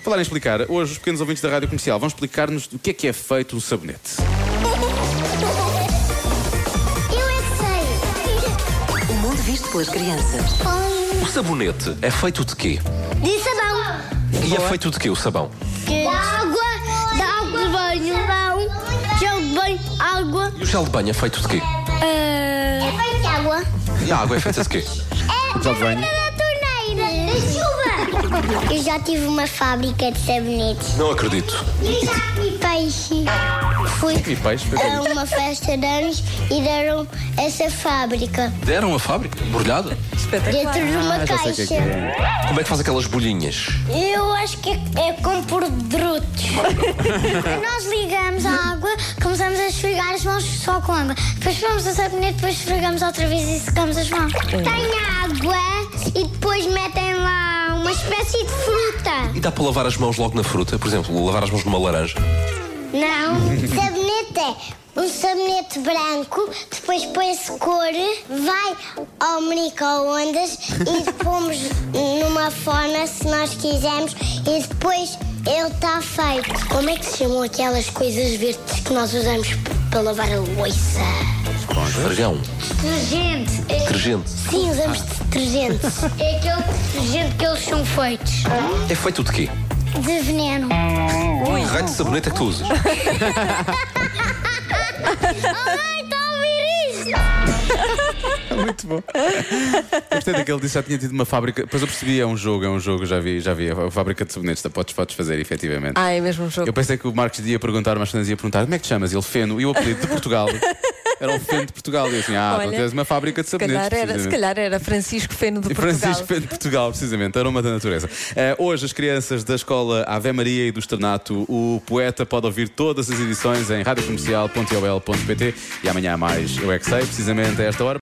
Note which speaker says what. Speaker 1: Falar em explicar, hoje os pequenos ouvintes da rádio comercial vão explicar-nos do que é que é feito o sabonete.
Speaker 2: Eu é que sei.
Speaker 3: O mundo visto pelas crianças.
Speaker 2: Põe
Speaker 4: O sabonete é feito de quê?
Speaker 2: de sabão.
Speaker 4: E é feito de quê o sabão?
Speaker 2: De água, de água de banho. Sabão, gel de banho, água.
Speaker 4: E o gel de banho é feito de quê?
Speaker 2: É feito de água.
Speaker 4: E a água é feita de quê?
Speaker 2: É
Speaker 1: Gel de banho.
Speaker 2: da torneira. Da chuva. Eu já tive uma fábrica de sabonetes.
Speaker 4: Não acredito.
Speaker 2: E já comi peixe. Fui
Speaker 1: E peixe, para
Speaker 2: a uma festa de anos e deram essa fábrica
Speaker 4: Deram a fábrica? Embrulhada?
Speaker 2: dentro de uma
Speaker 1: já sei o que é que
Speaker 2: caixa.
Speaker 4: Como é que faz aquelas bolhinhas?
Speaker 2: Eu acho que é, é com produtos. Nós ligamos a água, começamos a esfregar as mãos só com água. Depois pomos o sabonete, depois esfregamos outra vez e secamos as mãos. Tem água e depois metem lá uma espécie de fruta.
Speaker 4: E dá para lavar as mãos logo na fruta? Por exemplo, lavar as mãos numa laranja?
Speaker 2: Não. sabonete é um sabonete branco, depois põe-se cor, vai ao micro-ondas e pomos numa forma se nós quisermos e depois ele está feito. Como é que se chamam aquelas coisas verdes que nós usamos para lavar a louça?
Speaker 4: Esfregão.
Speaker 2: Detergente.
Speaker 4: Detergente.
Speaker 2: Sim, usamos detergente. É aquele detergente que eles são feitos.
Speaker 4: É feito de quê?
Speaker 2: De veneno.
Speaker 4: Que raio de sabonete é que tu usas?
Speaker 2: Ai, está a ouvir isto?
Speaker 1: Muito bom. Gostei daquele disse já tinha tido uma fábrica. Depois eu percebi, é um jogo, é um jogo, já vi, já vi a fábrica de sabonetes. tá, Podes, podes fazer, efetivamente.
Speaker 5: Ah, é mesmo um jogo.
Speaker 1: Eu pensei que o Marcos ia perguntar, mas Fernandes ia perguntar como é que te chamas? Ele Feno e o apelido de Portugal. Era o Feno de Portugal. E eu assim, ah,
Speaker 5: Olha,
Speaker 1: pronto, és uma fábrica de
Speaker 5: Se
Speaker 1: sabonetes.
Speaker 5: calhar, era, se
Speaker 1: precisamente.
Speaker 5: calhar era Francisco Feno de
Speaker 1: E
Speaker 5: Portugal.
Speaker 1: Francisco Feno de Portugal, precisamente, aroma da natureza. Eh, hoje, as crianças da escola Ave Maria e do Externato, o poeta pode ouvir todas as edições em radiocomercial.ol.pt e amanhã há mais Eu É Que Sei, precisamente a esta hora.